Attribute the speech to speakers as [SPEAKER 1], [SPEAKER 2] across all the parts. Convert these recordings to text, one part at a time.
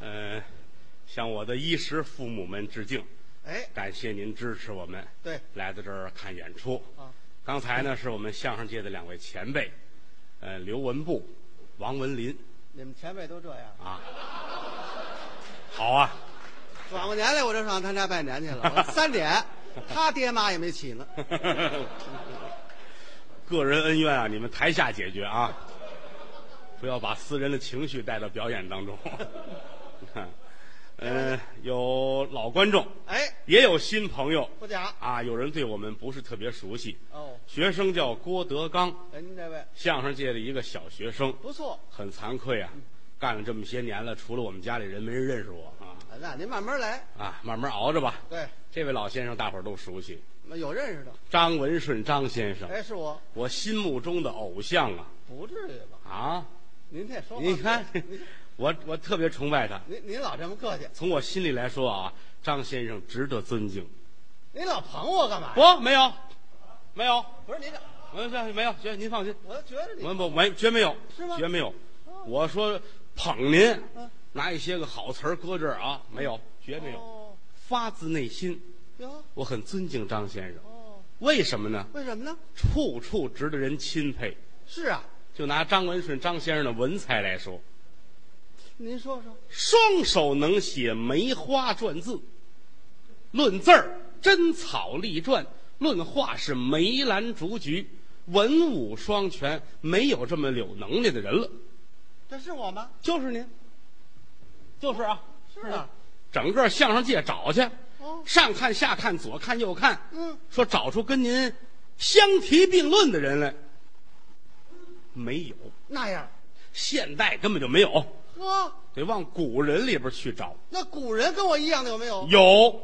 [SPEAKER 1] 呃向我的衣食父母们致敬，
[SPEAKER 2] 哎，
[SPEAKER 1] 感谢您支持我们
[SPEAKER 2] 对
[SPEAKER 1] 来到这儿看演出。
[SPEAKER 2] 啊，
[SPEAKER 1] 刚才呢，是我们相声界的两位前辈，呃，刘文步、王文林
[SPEAKER 2] 你们前辈都这样。
[SPEAKER 1] 啊。好啊，
[SPEAKER 2] 转过年来我就上他家拜年去了，我三 点，他爹妈也没起呢。
[SPEAKER 1] 个人恩怨啊，你们台下解决啊，不要把私人的情绪带到表演当中。 嗯，有老观众，
[SPEAKER 2] 哎，
[SPEAKER 1] 也有新朋友
[SPEAKER 2] 不假
[SPEAKER 1] 啊，有人对我们不是特别熟悉。
[SPEAKER 2] 哦，
[SPEAKER 1] 学生叫郭德纲，
[SPEAKER 2] 哎，您这位
[SPEAKER 1] 相声界的一个小学生，
[SPEAKER 2] 不错，
[SPEAKER 1] 很惭愧啊，干了这么些年了，除了我们家里人，没人认识我啊
[SPEAKER 2] 啊那您慢慢来。
[SPEAKER 1] 啊，慢慢熬着吧。
[SPEAKER 2] 对，
[SPEAKER 1] 这位老先生，大伙儿都熟悉，
[SPEAKER 2] 有认识的，
[SPEAKER 1] 张文顺张先生，
[SPEAKER 2] 哎，是我，
[SPEAKER 1] 我心目中的偶像啊
[SPEAKER 2] 不至于吧？
[SPEAKER 1] 啊！
[SPEAKER 2] 您这说话，
[SPEAKER 1] 你看
[SPEAKER 2] 您，
[SPEAKER 1] 我我特别崇拜他，
[SPEAKER 2] 您您老这么客气，
[SPEAKER 1] 从我心里来说啊，张先生值得尊敬。
[SPEAKER 2] 您老捧我干嘛呀？
[SPEAKER 1] 不，没有，没有，
[SPEAKER 2] 不是您这，
[SPEAKER 1] 没有，没有，绝您放心，
[SPEAKER 2] 我就觉得你
[SPEAKER 1] 我我没绝没有
[SPEAKER 2] 是吗，哦
[SPEAKER 1] 绝没有。我说捧您
[SPEAKER 2] 嗯，
[SPEAKER 1] 拿一些个好词儿搁这儿啊，没有，绝没有，
[SPEAKER 2] 哦
[SPEAKER 1] 发自内心，
[SPEAKER 2] 哟
[SPEAKER 1] 我很尊敬张先生。
[SPEAKER 2] 哦，
[SPEAKER 1] 为什么呢？
[SPEAKER 2] 为什么呢？
[SPEAKER 1] 处处值得人钦佩。
[SPEAKER 2] 是啊，
[SPEAKER 1] 就拿张文顺张先生的文采来说，
[SPEAKER 2] 您说说，
[SPEAKER 1] 双手能写梅花篆字，论字儿真草隶篆，论画是梅兰竹菊，文武双全，没有这么有能耐的人了。
[SPEAKER 2] 这是我吗？
[SPEAKER 1] 就是您，就是啊，
[SPEAKER 2] 是啊，
[SPEAKER 1] 整个相声界找去，
[SPEAKER 2] 哦，
[SPEAKER 1] 上看下看左看右看，
[SPEAKER 2] 嗯，
[SPEAKER 1] 说找出跟您相提并论的人来，没有，
[SPEAKER 2] 那样，
[SPEAKER 1] 现代根本就没有，
[SPEAKER 2] 呵，
[SPEAKER 1] 得往古人里边去找。
[SPEAKER 2] 那古人跟我一样的有没有？
[SPEAKER 1] 有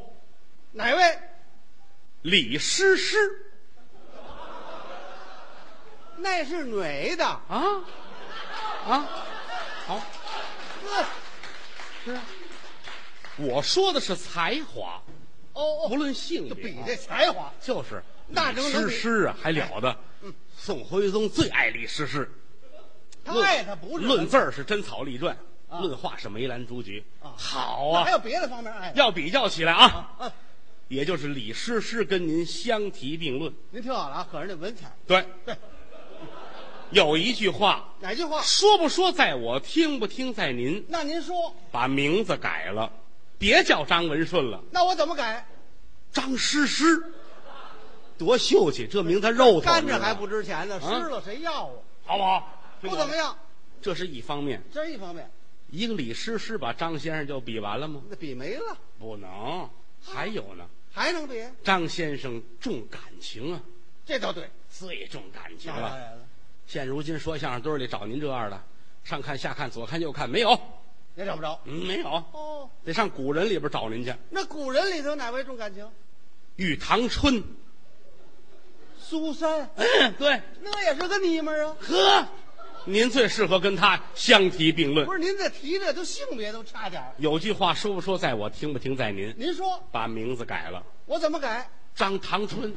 [SPEAKER 2] 哪位？
[SPEAKER 1] 李师师
[SPEAKER 2] 那是女的，
[SPEAKER 1] 啊啊，好，
[SPEAKER 2] 呵，
[SPEAKER 1] 是啊，我说的是才华，
[SPEAKER 2] 哦
[SPEAKER 1] 不
[SPEAKER 2] 哦，
[SPEAKER 1] 论性
[SPEAKER 2] 就
[SPEAKER 1] 别，
[SPEAKER 2] 比
[SPEAKER 1] 啊
[SPEAKER 2] 这才华，
[SPEAKER 1] 就是
[SPEAKER 2] 那
[SPEAKER 1] 李
[SPEAKER 2] 能
[SPEAKER 1] 师
[SPEAKER 2] 能比
[SPEAKER 1] 师啊，还了得！宋徽宗最爱李师师，
[SPEAKER 2] 他爱他不是
[SPEAKER 1] 论字儿是真草隶篆，
[SPEAKER 2] 啊
[SPEAKER 1] 论画是梅兰竹菊，
[SPEAKER 2] 啊
[SPEAKER 1] 好
[SPEAKER 2] 那还
[SPEAKER 1] 啊！
[SPEAKER 2] 有别的方面爱他
[SPEAKER 1] 要比较起来啊，
[SPEAKER 2] 啊。
[SPEAKER 1] 也就是李师师跟您相提并论。
[SPEAKER 2] 您听好了啊，可是那文采
[SPEAKER 1] 对，有一句话，
[SPEAKER 2] 哪句话？
[SPEAKER 1] 说不说在我，听不听在您。
[SPEAKER 2] 那您说，
[SPEAKER 1] 把名字改了，别叫张文顺了，
[SPEAKER 2] 那我怎么改？
[SPEAKER 1] 张诗诗，多秀气！这名字肉头，
[SPEAKER 2] 干着还
[SPEAKER 1] 你
[SPEAKER 2] 不值钱呢，湿
[SPEAKER 1] 啊
[SPEAKER 2] 了谁要啊？
[SPEAKER 1] 知道吗好不好？
[SPEAKER 2] 不怎么。样，
[SPEAKER 1] 这是一方面，
[SPEAKER 2] 这是一方面。
[SPEAKER 1] 一个李师师把张先生就比完了吗？
[SPEAKER 2] 那比没了，
[SPEAKER 1] 不能，还有呢，
[SPEAKER 2] 还能比？
[SPEAKER 1] 张先生重感情啊，
[SPEAKER 2] 这倒对。
[SPEAKER 1] 最重感情啊
[SPEAKER 2] 那当
[SPEAKER 1] 了。
[SPEAKER 2] 然了，
[SPEAKER 1] 现如今说相声堆儿里找您这样的，上看下看左看右看没有？
[SPEAKER 2] 也找不着。
[SPEAKER 1] 嗯，没有，
[SPEAKER 2] 哦，
[SPEAKER 1] 得上古人里边找您去。
[SPEAKER 2] 那古人里头哪位重感情？
[SPEAKER 1] 玉堂春，
[SPEAKER 2] 苏珊，
[SPEAKER 1] 嗯，对，
[SPEAKER 2] 那也是个妮们啊。
[SPEAKER 1] 呵，您最适合跟他相提并论
[SPEAKER 2] 不。是您这提这都性别都差点儿
[SPEAKER 1] 有句话说不说在我，听不听在您。
[SPEAKER 2] 您说
[SPEAKER 1] 把名字改了，
[SPEAKER 2] 我怎么改？
[SPEAKER 1] 张唐春。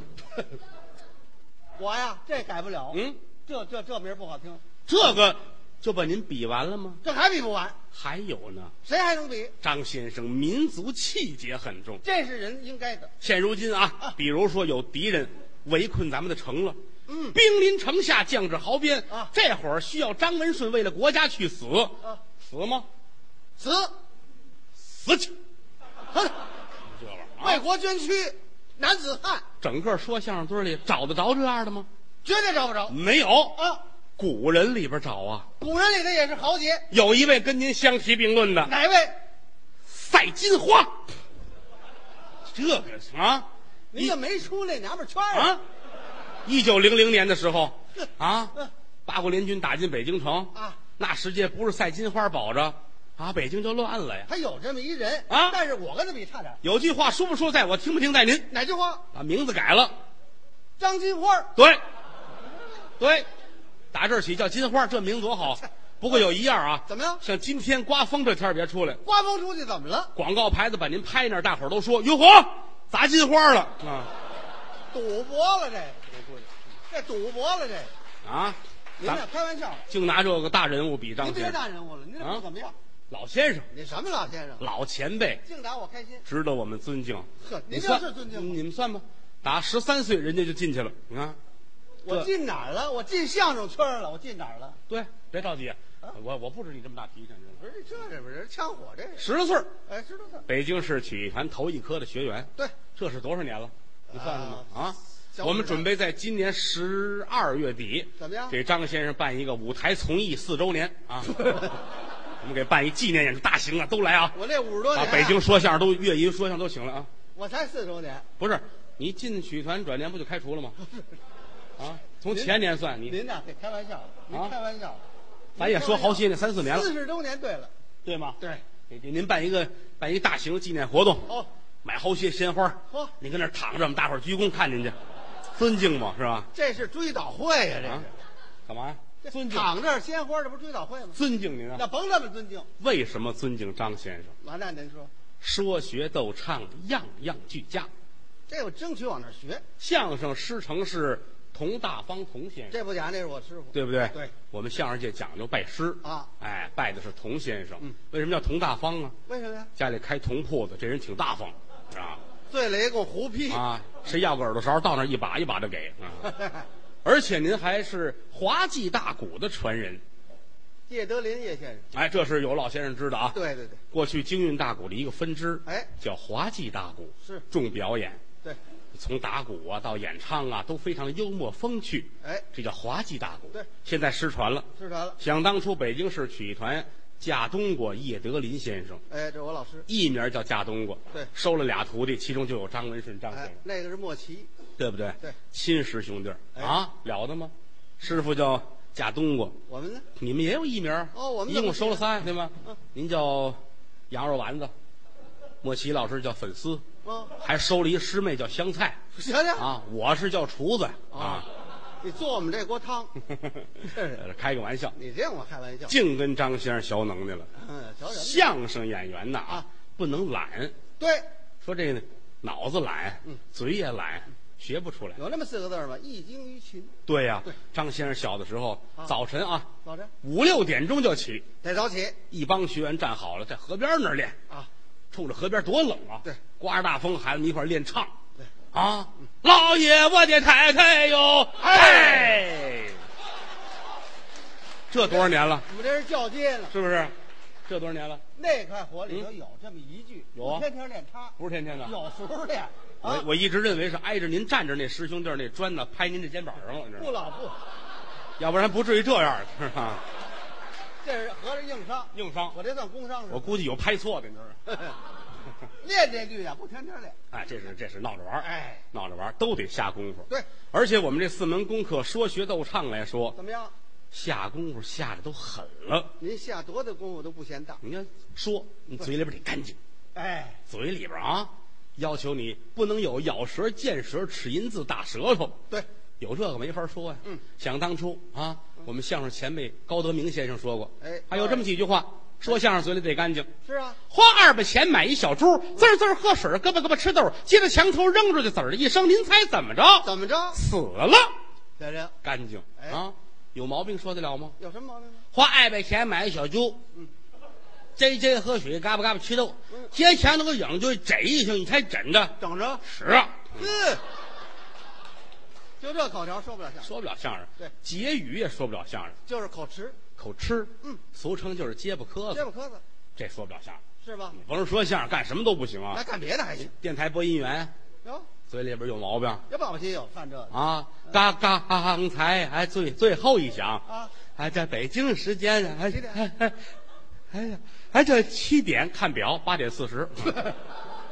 [SPEAKER 2] 我呀，这改不了。
[SPEAKER 1] 嗯，
[SPEAKER 2] 这这这名儿不好听，
[SPEAKER 1] 这个就把您比完了吗？
[SPEAKER 2] 这还比不完，
[SPEAKER 1] 还有呢，
[SPEAKER 2] 谁还能比？
[SPEAKER 1] 张先生民族气节很重。
[SPEAKER 2] 这是人应该的。
[SPEAKER 1] 现如今啊
[SPEAKER 2] 啊，
[SPEAKER 1] 比如说有敌人围困咱们的城了，
[SPEAKER 2] 嗯
[SPEAKER 1] 兵临城下，将至壕边
[SPEAKER 2] 啊
[SPEAKER 1] 这会儿需要张文顺为了国家去死，
[SPEAKER 2] 啊，
[SPEAKER 1] 死吗？
[SPEAKER 2] 死，
[SPEAKER 1] 死去！
[SPEAKER 2] 哼
[SPEAKER 1] 这玩意儿啊
[SPEAKER 2] 为国捐躯，男子汉，
[SPEAKER 1] 整个说相声堆儿里找得着这样的吗？
[SPEAKER 2] 绝对找不着
[SPEAKER 1] 没有，
[SPEAKER 2] 啊！
[SPEAKER 1] 古人里边找啊，
[SPEAKER 2] 古人里头也是豪杰，
[SPEAKER 1] 有一位跟您相提并论的
[SPEAKER 2] 哪位？
[SPEAKER 1] 赛金花，这个啊
[SPEAKER 2] 您怎么没出那娘们圈儿
[SPEAKER 1] 啊！一九零零年的时候啊
[SPEAKER 2] 嗯，
[SPEAKER 1] 八国联军打进北京城
[SPEAKER 2] 啊，
[SPEAKER 1] 那时间不是赛金花保着啊，北京就乱了呀。
[SPEAKER 2] 他有这么一人
[SPEAKER 1] 啊
[SPEAKER 2] 但是我跟他比差点儿。
[SPEAKER 1] 有句话说不说在我，听不听在您。
[SPEAKER 2] 哪句话？
[SPEAKER 1] 把名字改了，
[SPEAKER 2] 张金花儿
[SPEAKER 1] 对，对，打这儿起叫金花，这名多好。不过有一样啊，
[SPEAKER 2] 怎么样？
[SPEAKER 1] 像今天刮风这天儿别出来，
[SPEAKER 2] 刮风出去怎么了？
[SPEAKER 1] 广告牌子把您拍那儿，大伙儿都说：“哟呵，砸金花了啊
[SPEAKER 2] 赌博了这个，我估计这赌博了这个。
[SPEAKER 1] 啊！”
[SPEAKER 2] 您
[SPEAKER 1] 咱
[SPEAKER 2] 这开玩笑，
[SPEAKER 1] 净拿这个大人物比张
[SPEAKER 2] 您
[SPEAKER 1] 先
[SPEAKER 2] 别
[SPEAKER 1] 生，
[SPEAKER 2] 大人物了，您这
[SPEAKER 1] 啊
[SPEAKER 2] 不怎么样。
[SPEAKER 1] 老先生、
[SPEAKER 2] 你什么老先生？
[SPEAKER 1] 老前辈，
[SPEAKER 2] 净打我开心。
[SPEAKER 1] 值得我们尊敬。
[SPEAKER 2] 呵，嗯
[SPEAKER 1] 你
[SPEAKER 2] 您
[SPEAKER 1] 算嗯
[SPEAKER 2] 这是尊敬吗
[SPEAKER 1] 你们算吧，打十三岁人家就进去了，你看，
[SPEAKER 2] 我
[SPEAKER 1] 这
[SPEAKER 2] 进哪儿了？我进相声圈了，我进哪儿了？
[SPEAKER 1] 对，别着急，我我不止你这么大脾气，你知道吗
[SPEAKER 2] 不是这这不是呛火这是？
[SPEAKER 1] 十岁儿，
[SPEAKER 2] 哎，知道他
[SPEAKER 1] 北京市曲艺团头一科的学员，
[SPEAKER 2] 对，
[SPEAKER 1] 这是多少年了？你算算吧
[SPEAKER 2] 啊
[SPEAKER 1] 啊！
[SPEAKER 2] 小
[SPEAKER 1] 我们
[SPEAKER 2] 五年
[SPEAKER 1] 准备在今年十二月底
[SPEAKER 2] 怎么样？
[SPEAKER 1] 给张先生办一个舞台从艺四周年 啊，我们给办一纪念演出，大型啊，都来啊！
[SPEAKER 2] 我这五十多
[SPEAKER 1] 把
[SPEAKER 2] 年啊，
[SPEAKER 1] 北京说相声都乐音说相声都请了啊！
[SPEAKER 2] 我才四周年，
[SPEAKER 1] 不是，你进曲艺团转年不就开除了吗？啊，从前年算你，
[SPEAKER 2] 您呐得开玩笑，您
[SPEAKER 1] 啊
[SPEAKER 2] 开玩笑，
[SPEAKER 1] 咱也说好些年，三四年了，
[SPEAKER 2] 四十周年，对了，
[SPEAKER 1] 对吗？
[SPEAKER 2] 对，
[SPEAKER 1] 给给您办一个办一个大型的纪念活动，
[SPEAKER 2] 哦，
[SPEAKER 1] 买好些鲜花，
[SPEAKER 2] 嚯
[SPEAKER 1] 您跟那儿躺着，我们大伙儿鞠躬看您去，尊敬嘛是吧？
[SPEAKER 2] 这是追悼会呀，
[SPEAKER 1] 啊，干嘛呀？
[SPEAKER 2] 这是
[SPEAKER 1] 尊敬，
[SPEAKER 2] 躺这儿鲜花，这不是追悼会吗？
[SPEAKER 1] 尊敬您啊！
[SPEAKER 2] 那甭那么尊敬，
[SPEAKER 1] 为什么尊敬张先生？
[SPEAKER 2] 完蛋，您说
[SPEAKER 1] 说学逗唱样样俱佳，
[SPEAKER 2] 这我争取往那儿学，
[SPEAKER 1] 相声师承是佟大方佟先生，
[SPEAKER 2] 这不假，那是我师傅，
[SPEAKER 1] 对不对？
[SPEAKER 2] 对，
[SPEAKER 1] 我们相声界讲究拜师
[SPEAKER 2] 啊，
[SPEAKER 1] 哎，拜的是佟先生。
[SPEAKER 2] 嗯
[SPEAKER 1] 为什么叫佟大方啊？
[SPEAKER 2] 为什么呀？
[SPEAKER 1] 家里开铜铺子，这人挺大方， 啊
[SPEAKER 2] 醉了一个胡批，
[SPEAKER 1] 啊，谁要个耳朵勺，到那儿一把一把的给啊。而且您还是滑稽大鼓的传人，
[SPEAKER 2] 叶德林叶先生，
[SPEAKER 1] 哎，这是有老先生知道啊。
[SPEAKER 2] 对对对，
[SPEAKER 1] 过去京韵大鼓的一个分支，
[SPEAKER 2] 哎，
[SPEAKER 1] 叫滑稽大鼓，
[SPEAKER 2] 是
[SPEAKER 1] 重表演，
[SPEAKER 2] 对，
[SPEAKER 1] 从打鼓啊到演唱啊都非常幽默风趣，
[SPEAKER 2] 哎，
[SPEAKER 1] 这叫滑稽大鼓。
[SPEAKER 2] 对，
[SPEAKER 1] 现在失传了。
[SPEAKER 2] 失传了，
[SPEAKER 1] 想当初，北京市曲艺团驾冬瓜叶德林先生，
[SPEAKER 2] 哎，这我老师，
[SPEAKER 1] 艺名叫驾冬瓜，
[SPEAKER 2] 对
[SPEAKER 1] 收了俩徒弟，其中就有张文顺、张先
[SPEAKER 2] 哎
[SPEAKER 1] 生，，
[SPEAKER 2] 那个是莫奇，
[SPEAKER 1] 对不对？
[SPEAKER 2] 对，
[SPEAKER 1] 亲师兄弟儿
[SPEAKER 2] 哎
[SPEAKER 1] 啊，了得吗？师傅叫驾冬瓜，
[SPEAKER 2] 我们呢？
[SPEAKER 1] 你们也有艺名儿
[SPEAKER 2] 哦我们
[SPEAKER 1] 一
[SPEAKER 2] 怎么
[SPEAKER 1] 共收了仨，对吗
[SPEAKER 2] 嗯？
[SPEAKER 1] 您叫羊肉丸子，莫奇老师叫粉丝，
[SPEAKER 2] 啊，
[SPEAKER 1] 还收了一师妹叫香菜
[SPEAKER 2] 行行，
[SPEAKER 1] 啊，我是叫厨子啊
[SPEAKER 2] 啊，你做我们这锅 汤，
[SPEAKER 1] 呃 开个玩笑，
[SPEAKER 2] 你这让我开玩笑，
[SPEAKER 1] 净跟张先生学能耐了。
[SPEAKER 2] 嗯，瞧什么？
[SPEAKER 1] 相声演员呐
[SPEAKER 2] 啊，
[SPEAKER 1] 不能懒，
[SPEAKER 2] 对，
[SPEAKER 1] 说这个脑子懒
[SPEAKER 2] 嗯，
[SPEAKER 1] 嘴也懒，学不出来。
[SPEAKER 2] 有那么四个字儿吗？一精于勤。
[SPEAKER 1] 对呀
[SPEAKER 2] 对，
[SPEAKER 1] 张先生小的时候
[SPEAKER 2] 啊
[SPEAKER 1] 早晨啊
[SPEAKER 2] 早晨
[SPEAKER 1] 五六点钟就起，
[SPEAKER 2] 得早起
[SPEAKER 1] 一帮学员站好了，在河边那儿练。
[SPEAKER 2] 啊，
[SPEAKER 1] 冲着河边多冷啊！
[SPEAKER 2] 对，
[SPEAKER 1] 刮着大风，孩子们一块儿练唱。
[SPEAKER 2] 对
[SPEAKER 1] 啊，老爷我的太太哟，哎，这多少年了？
[SPEAKER 2] 我们这是较劲了。
[SPEAKER 1] 是不是？这多少年了？
[SPEAKER 2] 那块火里头嗯有这么一句，
[SPEAKER 1] 有啊
[SPEAKER 2] 我天天练它，
[SPEAKER 1] 不是天天的。
[SPEAKER 2] 有时候练啊
[SPEAKER 1] 我，我一直认为是挨着您站着那师兄弟儿那砖呢，拍您这肩膀上了，你知道
[SPEAKER 2] 不
[SPEAKER 1] 吗？
[SPEAKER 2] 老不，
[SPEAKER 1] 要不然不至于这样，是吧？
[SPEAKER 2] 这是合着硬伤，
[SPEAKER 1] 硬伤，
[SPEAKER 2] 我这算工伤是
[SPEAKER 1] 我
[SPEAKER 2] 吧？
[SPEAKER 1] 估计有拍错的，你知道吗？
[SPEAKER 2] 练这句呀，不天天练，
[SPEAKER 1] 哎，这是这是闹着玩儿，
[SPEAKER 2] 哎，
[SPEAKER 1] 闹着玩儿都得下功夫。
[SPEAKER 2] 对，
[SPEAKER 1] 而且我们这四门功课，说学逗唱来说，
[SPEAKER 2] 怎么样？
[SPEAKER 1] 下功夫下的都狠了。
[SPEAKER 2] 您下多大功夫都不嫌大，
[SPEAKER 1] 你要说，你嘴里边得干净，
[SPEAKER 2] 哎，
[SPEAKER 1] 嘴里边啊，要求你不能有咬舌、见舌、齿音字、大舌头，
[SPEAKER 2] 对，
[SPEAKER 1] 有这个没法说呀、
[SPEAKER 2] 嗯，
[SPEAKER 1] 想当初啊，我们相声前辈高德明先生说过，
[SPEAKER 2] 哎
[SPEAKER 1] 还有这么几句话，说相声嘴里得干净。
[SPEAKER 2] 是啊，
[SPEAKER 1] 花二百钱买一小猪，滋儿滋儿喝水，咯巴咯巴吃豆，接着墙头扔出去，滋儿一声，您猜怎么着？
[SPEAKER 2] 怎么着？
[SPEAKER 1] 死了，
[SPEAKER 2] 在这
[SPEAKER 1] 干净
[SPEAKER 2] 哎
[SPEAKER 1] 啊！有毛病说得了吗？
[SPEAKER 2] 有什么毛病吗？
[SPEAKER 1] 花二百钱买一小猪，
[SPEAKER 2] 嗯
[SPEAKER 1] 这一这喝水，嘎巴嘎巴吃豆
[SPEAKER 2] 嗯，
[SPEAKER 1] 接墙那个影就枕一下，你猜枕着
[SPEAKER 2] 整着，
[SPEAKER 1] 屎啊，
[SPEAKER 2] 嗯，就这口条说不了相声，
[SPEAKER 1] 说不了相声，
[SPEAKER 2] 对
[SPEAKER 1] 结语也说不了相声，
[SPEAKER 2] 就是口吃，
[SPEAKER 1] 口吃，
[SPEAKER 2] 嗯，
[SPEAKER 1] 俗称就是结巴磕
[SPEAKER 2] 结
[SPEAKER 1] 子，
[SPEAKER 2] 巴磕子，
[SPEAKER 1] 这说不了相声，
[SPEAKER 2] 是吧？
[SPEAKER 1] 甭说说相声，干什么都不行
[SPEAKER 2] 那
[SPEAKER 1] 啊。
[SPEAKER 2] 干别的还行，
[SPEAKER 1] 电台播音员
[SPEAKER 2] 哟，
[SPEAKER 1] 嘴里边有毛病
[SPEAKER 2] 要保不齐有犯这个
[SPEAKER 1] 啊，嘎嘎刚才哎最最后一响，
[SPEAKER 2] 啊，
[SPEAKER 1] 哎在北京时间哎
[SPEAKER 2] 几点
[SPEAKER 1] 哎哎哎呀哎这七点看表八点四 十，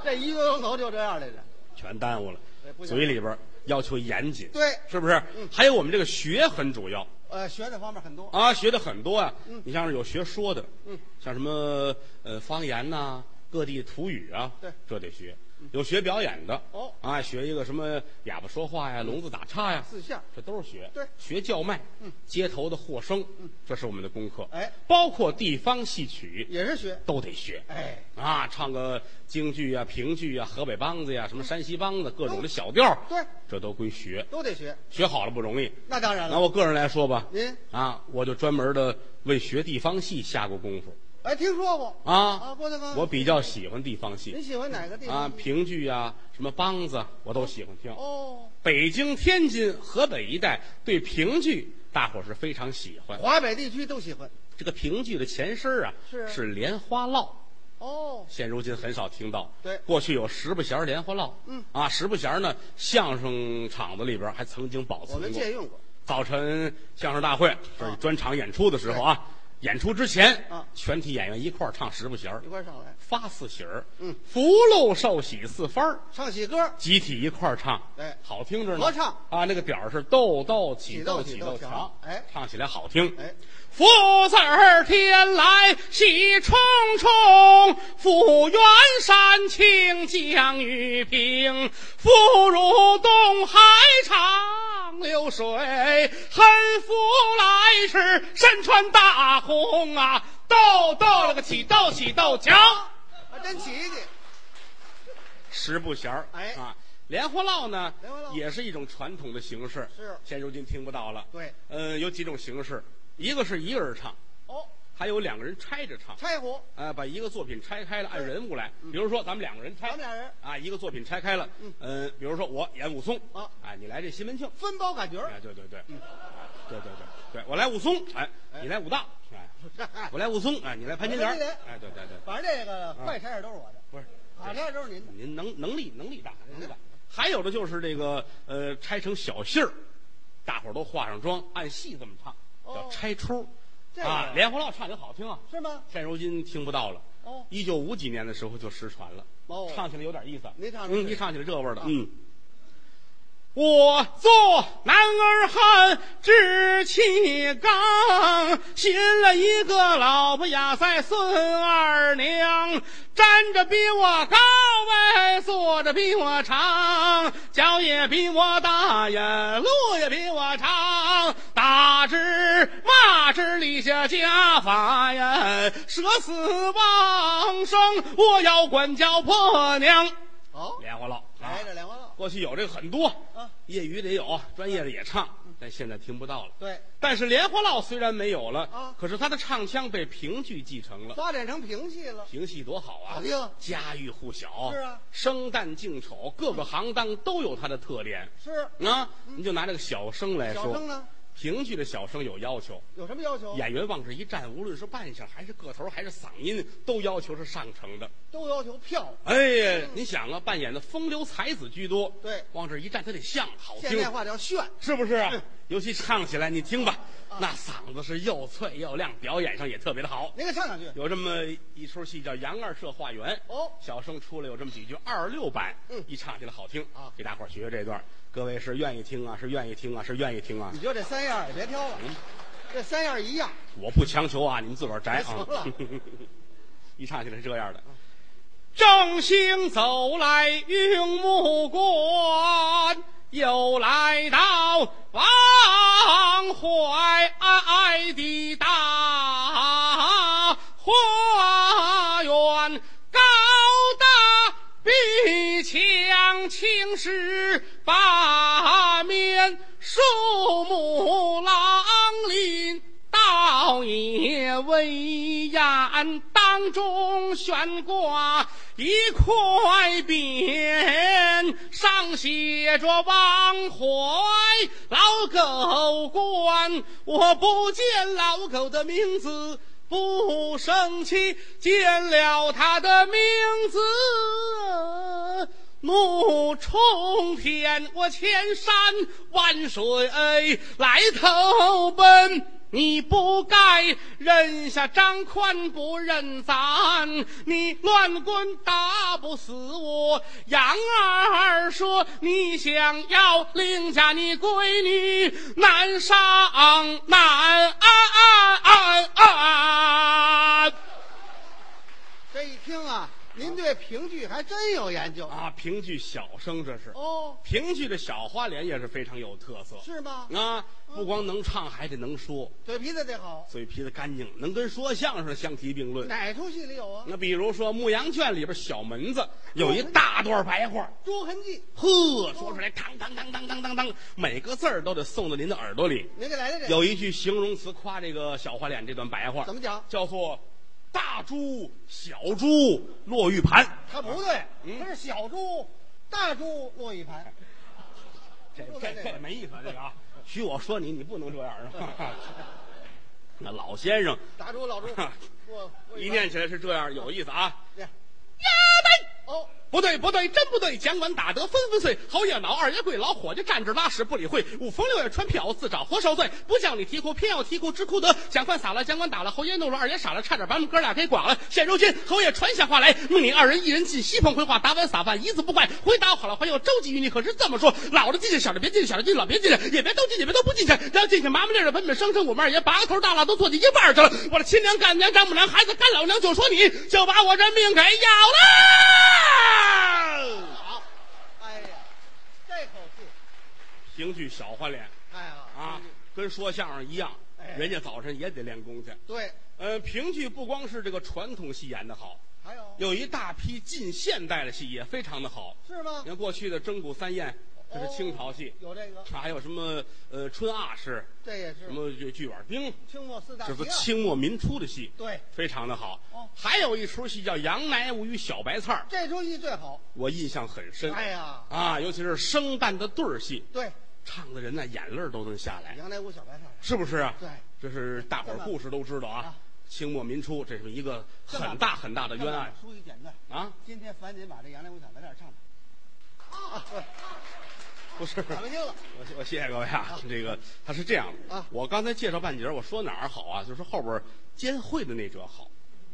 [SPEAKER 2] 这一个钟头就这样来着。
[SPEAKER 1] 全耽误了
[SPEAKER 2] 哎不，行
[SPEAKER 1] 嘴里边要求严谨，
[SPEAKER 2] 对嗯
[SPEAKER 1] 是不是？还有我们这个学很主要
[SPEAKER 2] 呃，学的方面很多，
[SPEAKER 1] 啊，学的很多啊。
[SPEAKER 2] 嗯
[SPEAKER 1] 你像是有学说的，
[SPEAKER 2] 嗯，
[SPEAKER 1] 像什么呃方言呐、各地土语啊，
[SPEAKER 2] 对
[SPEAKER 1] 这得学。有学表演的，
[SPEAKER 2] 哦
[SPEAKER 1] 啊，学一个什么哑巴说话呀、聋子打岔呀，
[SPEAKER 2] 四项
[SPEAKER 1] 这都是学。
[SPEAKER 2] 对
[SPEAKER 1] 学叫卖，
[SPEAKER 2] 嗯，
[SPEAKER 1] 街头的和声，嗯，这是我们的功课。
[SPEAKER 2] 哎，嗯
[SPEAKER 1] 包括地方戏曲
[SPEAKER 2] 也是学。
[SPEAKER 1] 都得学。
[SPEAKER 2] 哎，
[SPEAKER 1] 啊，唱个京剧啊、评剧啊、河北梆子呀、什么山西梆子，各种的小调儿，
[SPEAKER 2] 对，
[SPEAKER 1] 这都归学。
[SPEAKER 2] 都得学。
[SPEAKER 1] 学好了不容易。
[SPEAKER 2] 那当然
[SPEAKER 1] 拿
[SPEAKER 2] 了，
[SPEAKER 1] 我个人来说吧，
[SPEAKER 2] 您
[SPEAKER 1] 啊，我就专门的为学地方戏下过功夫。
[SPEAKER 2] 哎，听说过
[SPEAKER 1] 啊。
[SPEAKER 2] 郭德纲，
[SPEAKER 1] 我比较喜欢地方戏
[SPEAKER 2] 你喜欢哪个地
[SPEAKER 1] 啊
[SPEAKER 2] 方？，
[SPEAKER 1] 评剧啊，什么梆子，我都喜欢听。
[SPEAKER 2] 哦，
[SPEAKER 1] 北京、天津、河北一带对评剧，大伙儿是非常喜欢。
[SPEAKER 2] 华北地区都喜欢。
[SPEAKER 1] 这个评剧的前身啊，
[SPEAKER 2] 是
[SPEAKER 1] 莲花落。
[SPEAKER 2] 哦，
[SPEAKER 1] 现如今很少听到。
[SPEAKER 2] 对
[SPEAKER 1] 过去有十不弦儿莲花落。
[SPEAKER 2] 嗯
[SPEAKER 1] 啊，十不弦儿呢，相声场子里边还曾经保存过。
[SPEAKER 2] 我们借用过。
[SPEAKER 1] 早晨相声大会，这是专场演出的时候啊，演出之前，
[SPEAKER 2] 啊
[SPEAKER 1] 全体演员一块儿唱十不弦儿
[SPEAKER 2] 一，块儿上来
[SPEAKER 1] 发四喜儿，
[SPEAKER 2] 嗯，
[SPEAKER 1] 福禄寿喜四番儿，
[SPEAKER 2] 唱起歌，
[SPEAKER 1] 集体一块儿唱，
[SPEAKER 2] 哎
[SPEAKER 1] 好听着呢。
[SPEAKER 2] 合唱
[SPEAKER 1] 啊，那个点儿是豆豆起
[SPEAKER 2] 起豆
[SPEAKER 1] 起
[SPEAKER 2] 起
[SPEAKER 1] 豆
[SPEAKER 2] 豆
[SPEAKER 1] 强
[SPEAKER 2] 强，哎
[SPEAKER 1] 唱起来好听。
[SPEAKER 2] 哎，
[SPEAKER 1] 福字儿天来喜冲冲，福源山清降雨平，福如东海长流水，恨福来时身穿大红啊，豆豆了个起豆起豆强，
[SPEAKER 2] 还啊真起去。
[SPEAKER 1] 十不弦儿，
[SPEAKER 2] 哎
[SPEAKER 1] 啊。莲花落呢
[SPEAKER 2] 莲花落，
[SPEAKER 1] 也是一种传统的形式，
[SPEAKER 2] 是
[SPEAKER 1] 现如今听不到了。
[SPEAKER 2] 对，
[SPEAKER 1] 嗯，有几种形式，一个是一个人唱，
[SPEAKER 2] 哦，
[SPEAKER 1] 还有两个人拆着唱。
[SPEAKER 2] 拆伙，
[SPEAKER 1] 啊，把一个作品拆开了，按人物来。比如说，咱们两个人拆，
[SPEAKER 2] 咱们俩人
[SPEAKER 1] 啊，一个作品拆开了。
[SPEAKER 2] 嗯
[SPEAKER 1] 呃比如说我演武松
[SPEAKER 2] 啊嗯
[SPEAKER 1] 哎，你来这西门庆，
[SPEAKER 2] 分包赶角儿
[SPEAKER 1] 哎，对对对，哎对对对，对我来武松，哎，你来武大，哎，我来武松，哎，你来潘金莲
[SPEAKER 2] 我来潘金，啊
[SPEAKER 1] 哎，对对对，
[SPEAKER 2] 反正这个坏差事都是我的，
[SPEAKER 1] 不是，
[SPEAKER 2] 好差事都是您的。
[SPEAKER 1] 您能能力能力大，能力大。还有的就是这个呃，拆成小戏儿，大伙儿都化上妆，按戏这么唱，叫
[SPEAKER 2] 哦
[SPEAKER 1] 拆出儿。
[SPEAKER 2] 这个
[SPEAKER 1] 啊，莲花落唱也好听啊，
[SPEAKER 2] 是吗？
[SPEAKER 1] 现如今听不到了。
[SPEAKER 2] 哦
[SPEAKER 1] 一九五几年的时候就失传了，
[SPEAKER 2] 哦
[SPEAKER 1] 唱起来有点意思。
[SPEAKER 2] 您唱
[SPEAKER 1] 嗯，
[SPEAKER 2] 唱
[SPEAKER 1] 一唱起来这味儿的
[SPEAKER 2] 啊，
[SPEAKER 1] 嗯。我做男儿汉，志气刚，寻了一个老婆雅塞孙二娘，站着比我高哎，坐着比我长，脚也比我大呀，路也比我长，打之骂之立下家法呀，舍死忘生，我要管教婆娘。
[SPEAKER 2] 好，
[SPEAKER 1] 莲花落，
[SPEAKER 2] 来这两花落
[SPEAKER 1] 啊过去有这个很多，
[SPEAKER 2] 啊，
[SPEAKER 1] 业余的也有，专业的也唱，但现在听不到了。
[SPEAKER 2] 对，
[SPEAKER 1] 但是莲花落虽然没有了，
[SPEAKER 2] 啊
[SPEAKER 1] 可是他的唱腔被评剧继承了。
[SPEAKER 2] 发展成平戏了。
[SPEAKER 1] 评戏多好啊！
[SPEAKER 2] 好听
[SPEAKER 1] 家喻户晓。
[SPEAKER 2] 是啊
[SPEAKER 1] 生旦净丑，各个行当都有它的特点。
[SPEAKER 2] 是
[SPEAKER 1] 啊，你就拿这个小生来说，
[SPEAKER 2] 嗯小生呢
[SPEAKER 1] 评剧的小生有要求，
[SPEAKER 2] 有什么要求？
[SPEAKER 1] 演员往这一站，无论是扮相还是个头还是嗓音，都要求是上乘的。
[SPEAKER 2] 都要求票。
[SPEAKER 1] 哎呀，你想啊，扮演的风流才子居多，
[SPEAKER 2] 对
[SPEAKER 1] 往这一站，他得像好听，
[SPEAKER 2] 现代化叫炫，
[SPEAKER 1] 是不是啊
[SPEAKER 2] 嗯？啊
[SPEAKER 1] 尤其唱起来，你听吧，那嗓子是又脆又亮，表演上也特别的好。
[SPEAKER 2] 您给唱两句。
[SPEAKER 1] 有这么一出戏叫《杨二社化缘》，
[SPEAKER 2] 哦
[SPEAKER 1] 小生出来有这么几句二六版，
[SPEAKER 2] 嗯
[SPEAKER 1] 一唱起来好听
[SPEAKER 2] 啊
[SPEAKER 1] 给大伙儿学学这段，各位是愿意听啊，是愿意听啊，是愿意听啊
[SPEAKER 2] 你。就这三样儿也别挑了，
[SPEAKER 1] 嗯
[SPEAKER 2] 这三样儿一样。
[SPEAKER 1] 我不强求啊，你们自个儿摘
[SPEAKER 2] 行
[SPEAKER 1] 啊
[SPEAKER 2] 了。
[SPEAKER 1] 一唱起来是这样的。正兴走来云木观，又来到王怀的大花园，高大碧墙，青石八面，树木朗林。道也威严，当中悬挂一块匾，上写着“王怀老狗官”。我不见老狗的名字不生气，见了他的名字。怒冲天，我千山万水来投奔。你不该认下张宽不认咱，你乱棍打不死我。杨二说你想要领下你闺女，难上难啊！
[SPEAKER 2] 这一听啊，您对评剧还真有研究
[SPEAKER 1] 啊，评剧小生这是，
[SPEAKER 2] 哦，
[SPEAKER 1] 评剧的小花脸也是非常有特色。
[SPEAKER 2] 是吗？
[SPEAKER 1] 啊，不光能唱，还得能说，
[SPEAKER 2] 嘴皮子得好，
[SPEAKER 1] 嘴皮子干净，能跟说相声相提并论。
[SPEAKER 2] 哪出戏里有啊？
[SPEAKER 1] 那比如说《牧羊圈》里边小门子有一大段白话，
[SPEAKER 2] 《朱痕记
[SPEAKER 1] 呵，说出来当当当当当当当，每个字儿都得送到您的耳朵里》，。
[SPEAKER 2] 您给来来这个
[SPEAKER 1] 有一句形容词夸这个小花脸这段白话，
[SPEAKER 2] 怎么讲？
[SPEAKER 1] 叫做大猪、小猪落玉盘，
[SPEAKER 2] 他不对，
[SPEAKER 1] 嗯
[SPEAKER 2] 他是小猪，大猪落 一盘。
[SPEAKER 1] 这
[SPEAKER 2] 不
[SPEAKER 1] 这
[SPEAKER 2] 能这
[SPEAKER 1] 这
[SPEAKER 2] 样
[SPEAKER 1] 没意思，这个啊，许我说你，你不能这样啊。那老先生
[SPEAKER 2] 打住，老猪，落落
[SPEAKER 1] 一
[SPEAKER 2] 盘
[SPEAKER 1] 念起来是这样，有意思啊。
[SPEAKER 2] 对哦，
[SPEAKER 1] 不对，不对，真不对！蒋管打得纷纷碎，侯爷恼，二爷跪，老伙计站着拉屎不理会，五逢六月穿瓢，自找活受罪。不叫你啼哭，偏要啼哭，直哭得。蒋管撒了，蒋管打了，侯爷怒了，二爷傻了，差点把我们哥俩给剐了。现如今，侯爷传下话来，命你二人一人进西棚回话，打碗撒饭，一字不怪。回答好了，还有周济于你，可是这么说：老的进去，小的别进去，小的进去，老别进去，也别都进去，别都不进去。要进去，麻麻利的，本本生生，我们二爷拔个头大蜡都坐进一半儿去了。我的亲娘、干娘、丈母娘、孩子、干老娘，就说你就把我人命给要了。
[SPEAKER 2] 好，哎呀，这口气，
[SPEAKER 1] 评剧小花脸
[SPEAKER 2] 哎呀
[SPEAKER 1] 啊，跟说相声一样，人家早晨也得练功去。
[SPEAKER 2] 对，
[SPEAKER 1] 呃，评剧不光是这个传统戏演的好，
[SPEAKER 2] 还有
[SPEAKER 1] 有一大批近现代的戏也非常的好。
[SPEAKER 2] 是吗
[SPEAKER 1] 你？看过去的蒸鼓三宴，这是清朝戏，
[SPEAKER 2] 有这个，
[SPEAKER 1] 还有什么呃春二式，
[SPEAKER 2] 这也是
[SPEAKER 1] 什么剧剧碗冰，
[SPEAKER 2] 清末四大
[SPEAKER 1] 这
[SPEAKER 2] 奇
[SPEAKER 1] 是
[SPEAKER 2] 案。
[SPEAKER 1] 清末民初的戏，
[SPEAKER 2] 对，
[SPEAKER 1] 非常的好
[SPEAKER 2] 哦。
[SPEAKER 1] 还有一出戏叫《杨乃武与小白菜儿》，
[SPEAKER 2] 这出戏最好。
[SPEAKER 1] 我印象很深。
[SPEAKER 2] 哎呀，
[SPEAKER 1] 啊，尤其是生旦的对儿戏，
[SPEAKER 2] 对，
[SPEAKER 1] 唱的人呢眼泪儿都能下来。
[SPEAKER 2] 杨乃武小白菜，
[SPEAKER 1] 是不是啊？
[SPEAKER 2] 对，
[SPEAKER 1] 这是大伙儿故事都知道啊
[SPEAKER 2] 啊。
[SPEAKER 1] 清末民初，这是一个很大很大的呃冤案
[SPEAKER 2] 书一简短，
[SPEAKER 1] 啊！
[SPEAKER 2] 今天烦您把这杨乃武小白菜唱唱。啊，对，
[SPEAKER 1] 不是，
[SPEAKER 2] 咱们听了。
[SPEAKER 1] 我我谢谢各位啊。这个他是这样的
[SPEAKER 2] 啊
[SPEAKER 1] 我刚才介绍半截儿，我说哪儿好啊？就是后边儿监会的那折好。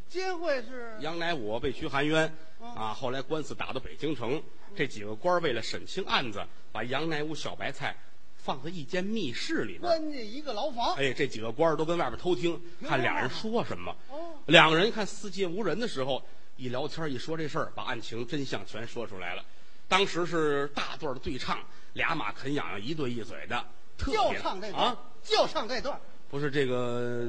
[SPEAKER 2] 金会是
[SPEAKER 1] 杨乃武被屈含冤
[SPEAKER 2] 嗯
[SPEAKER 1] 啊，后来官司打到北京城，这几个官儿为了审清案子，把杨乃武小白菜放在一间密室里边儿。
[SPEAKER 2] 关进一个牢房。
[SPEAKER 1] 哎，这几个官儿都跟外边偷听，看俩人说什么。
[SPEAKER 2] 哦，
[SPEAKER 1] 两个人看四界无人的时候，一聊天一说这事儿，把案情真相全说出来了。当时是大对儿的对唱，俩马啃痒痒，一对一嘴的，特
[SPEAKER 2] 就
[SPEAKER 1] 别
[SPEAKER 2] 唱这段
[SPEAKER 1] 啊，，
[SPEAKER 2] 就唱这段，
[SPEAKER 1] 不是这个，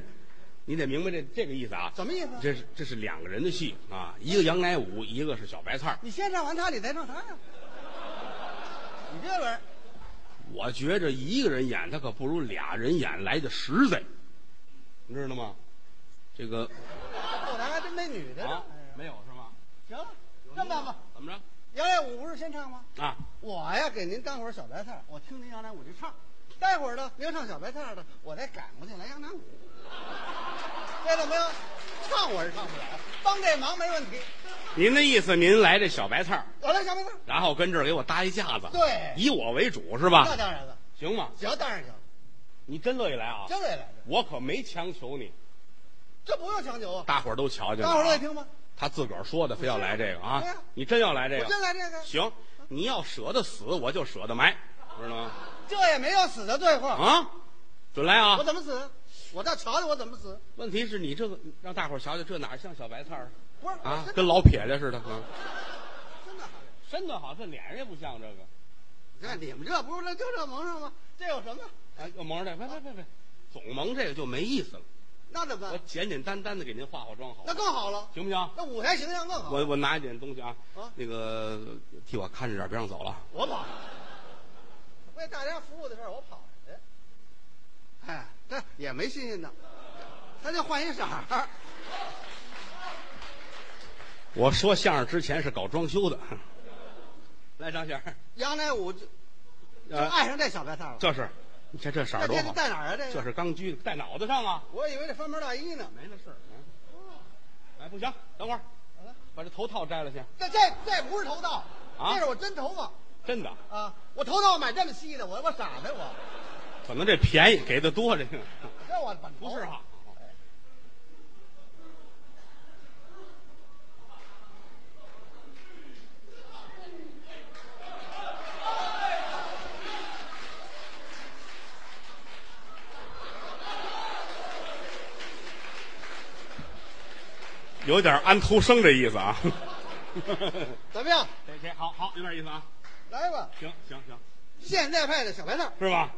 [SPEAKER 1] 你得明白这这个意思啊。
[SPEAKER 2] 什么意思？
[SPEAKER 1] 这是这是两个人的戏啊，一个杨乃武，一个是小白菜儿。
[SPEAKER 2] 你先唱完他，你再唱他呀。你这玩意儿，
[SPEAKER 1] 我觉着一个人演他可不如俩人演来的实在，你知道吗？这个
[SPEAKER 2] 后台还真没女的呢。哎
[SPEAKER 1] 啊，没有是吗？
[SPEAKER 2] 行了，这么办吧，
[SPEAKER 1] 怎么着
[SPEAKER 2] 杨乃武不是先唱吗？
[SPEAKER 1] 啊？
[SPEAKER 2] 我呀，给您当会儿小白菜，我听您杨乃武就唱。待会儿呢，您唱小白菜的，我再赶过去来杨乃武。这怎么样？唱我是唱不了，帮这忙没问题。
[SPEAKER 1] 您的意思，您来这小白菜儿，
[SPEAKER 2] 我来小白菜，
[SPEAKER 1] 然后跟这儿给我搭一啊架子，
[SPEAKER 2] 对
[SPEAKER 1] 以我为主是
[SPEAKER 2] 那
[SPEAKER 1] 吧？
[SPEAKER 2] 当然了，
[SPEAKER 1] 行吗？
[SPEAKER 2] 行，当然行，
[SPEAKER 1] 你真乐意来啊？
[SPEAKER 2] 真来来
[SPEAKER 1] 我可没强求你，
[SPEAKER 2] 这不用强求啊。
[SPEAKER 1] 大伙儿都瞧见了啊。
[SPEAKER 2] 大伙儿乐意听吗？
[SPEAKER 1] 他自个儿说的，非要来这个啊
[SPEAKER 2] 对呀！
[SPEAKER 1] 你真要来这
[SPEAKER 2] 我就
[SPEAKER 1] 个，
[SPEAKER 2] 来这个，
[SPEAKER 1] 行，你要舍得死，我就舍得埋，知道吗？
[SPEAKER 2] 这也没有死的对话。
[SPEAKER 1] 啊，准来啊
[SPEAKER 2] 我！怎么死？我倒瞧瞧我怎么死。
[SPEAKER 1] 问题是你这个让大伙儿瞧瞧，这哪儿像小白菜儿
[SPEAKER 2] 不是
[SPEAKER 1] 啊
[SPEAKER 2] 我？真
[SPEAKER 1] 跟老撇了似的啊！
[SPEAKER 2] 真的好人。
[SPEAKER 1] 身段好，这脸上也不像这个。
[SPEAKER 2] 你看你们这不是就这蒙上吗？这有什么？
[SPEAKER 1] 哎，要蒙着这，别别别别，总蒙这个就没意思了。
[SPEAKER 2] 那怎么
[SPEAKER 1] 我
[SPEAKER 2] 办？
[SPEAKER 1] 简简单单的给您化化妆好了，
[SPEAKER 2] 那更好了，
[SPEAKER 1] 行不行？
[SPEAKER 2] 那舞台形象更好。
[SPEAKER 1] 我我拿一点东西啊
[SPEAKER 2] 啊，
[SPEAKER 1] 那个替我看着点，别让走了。
[SPEAKER 2] 我跑，为大家服务的事儿我跑去。哎，这也没新鲜的，咱就换一色儿。
[SPEAKER 1] 我说相声之前是搞装修的， 来张先生，
[SPEAKER 2] 杨乃武就就
[SPEAKER 1] 呃，
[SPEAKER 2] 爱上这小白菜了。
[SPEAKER 1] 这是，你看这色
[SPEAKER 2] 那
[SPEAKER 1] 儿多
[SPEAKER 2] 这
[SPEAKER 1] 好，
[SPEAKER 2] 在哪儿啊？这个
[SPEAKER 1] 这是钢锯戴脑袋上啊，
[SPEAKER 2] 我以为这翻门大衣呢。
[SPEAKER 1] 没那事儿。嗯哎，不行，等会儿
[SPEAKER 2] 怎么了
[SPEAKER 1] 把这头套摘了去，
[SPEAKER 2] 这这这不是头套，
[SPEAKER 1] 啊
[SPEAKER 2] 这是我真头发
[SPEAKER 1] 真的，
[SPEAKER 2] 啊！我头套买这么稀的，我我傻呗我，
[SPEAKER 1] 可能这便宜给的多，这个
[SPEAKER 2] 这我本头
[SPEAKER 1] 不是哈。有点安徒生这意思啊，
[SPEAKER 2] 怎么样？
[SPEAKER 1] 这这好好有点意思啊，
[SPEAKER 2] 来吧，
[SPEAKER 1] 行行行，
[SPEAKER 2] 现代派的小白菜
[SPEAKER 1] 是吧？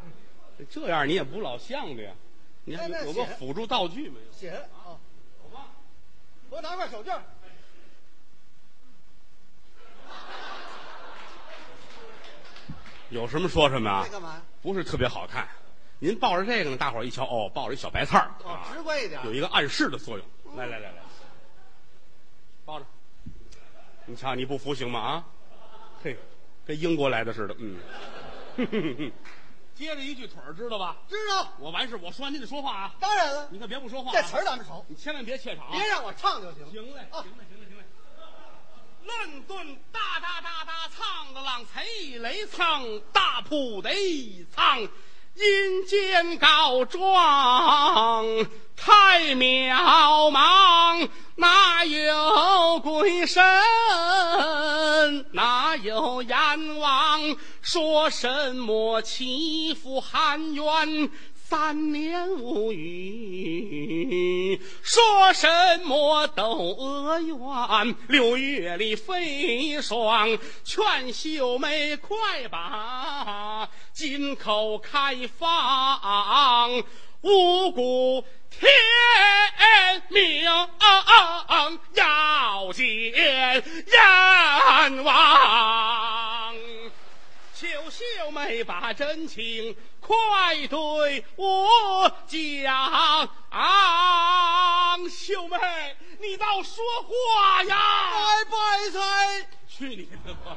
[SPEAKER 1] 这样你也不老像的呀，你还
[SPEAKER 2] 哎那
[SPEAKER 1] 有有个
[SPEAKER 2] 写
[SPEAKER 1] 辅助道具没有？
[SPEAKER 2] 写的啊。给我拿块手绢儿。
[SPEAKER 1] 有什么说什么啊
[SPEAKER 2] 这？干嘛
[SPEAKER 1] 啊
[SPEAKER 2] 呀？
[SPEAKER 1] 不是特别好看，您抱着这个呢，大伙儿一瞧，哦，抱着一小白菜儿，啊
[SPEAKER 2] 哦，直观一点
[SPEAKER 1] 有。一个暗示的作用。来来来来，抱着，你瞧你不服行吗？啊，嘿，跟英国来的似的，嗯。 接着一句腿儿知道吧？
[SPEAKER 2] 知道，
[SPEAKER 1] 我完事，我说完你得说话啊！
[SPEAKER 2] 当然了，
[SPEAKER 1] 你可别不说话、啊，
[SPEAKER 2] 这词儿咱们熟，
[SPEAKER 1] 你千万别怯场、啊。
[SPEAKER 2] 别让我唱就行。
[SPEAKER 1] 行嘞，
[SPEAKER 2] 啊
[SPEAKER 1] 行嘞，行嘞，行嘞。乱炖大大大大唱个浪贼雷唱大铺得唱，阴间告状太渺茫，哪有鬼神，哪有阎王，说什么欺负含冤？三年无语，说什么窦娥冤？六月里飞霜，劝秀梅快把金口开放，五谷天明要见阎王。秀秀妹把真情快对我讲，秀妹，你倒说话呀！
[SPEAKER 2] 拜拜菜。
[SPEAKER 1] 去你的吧！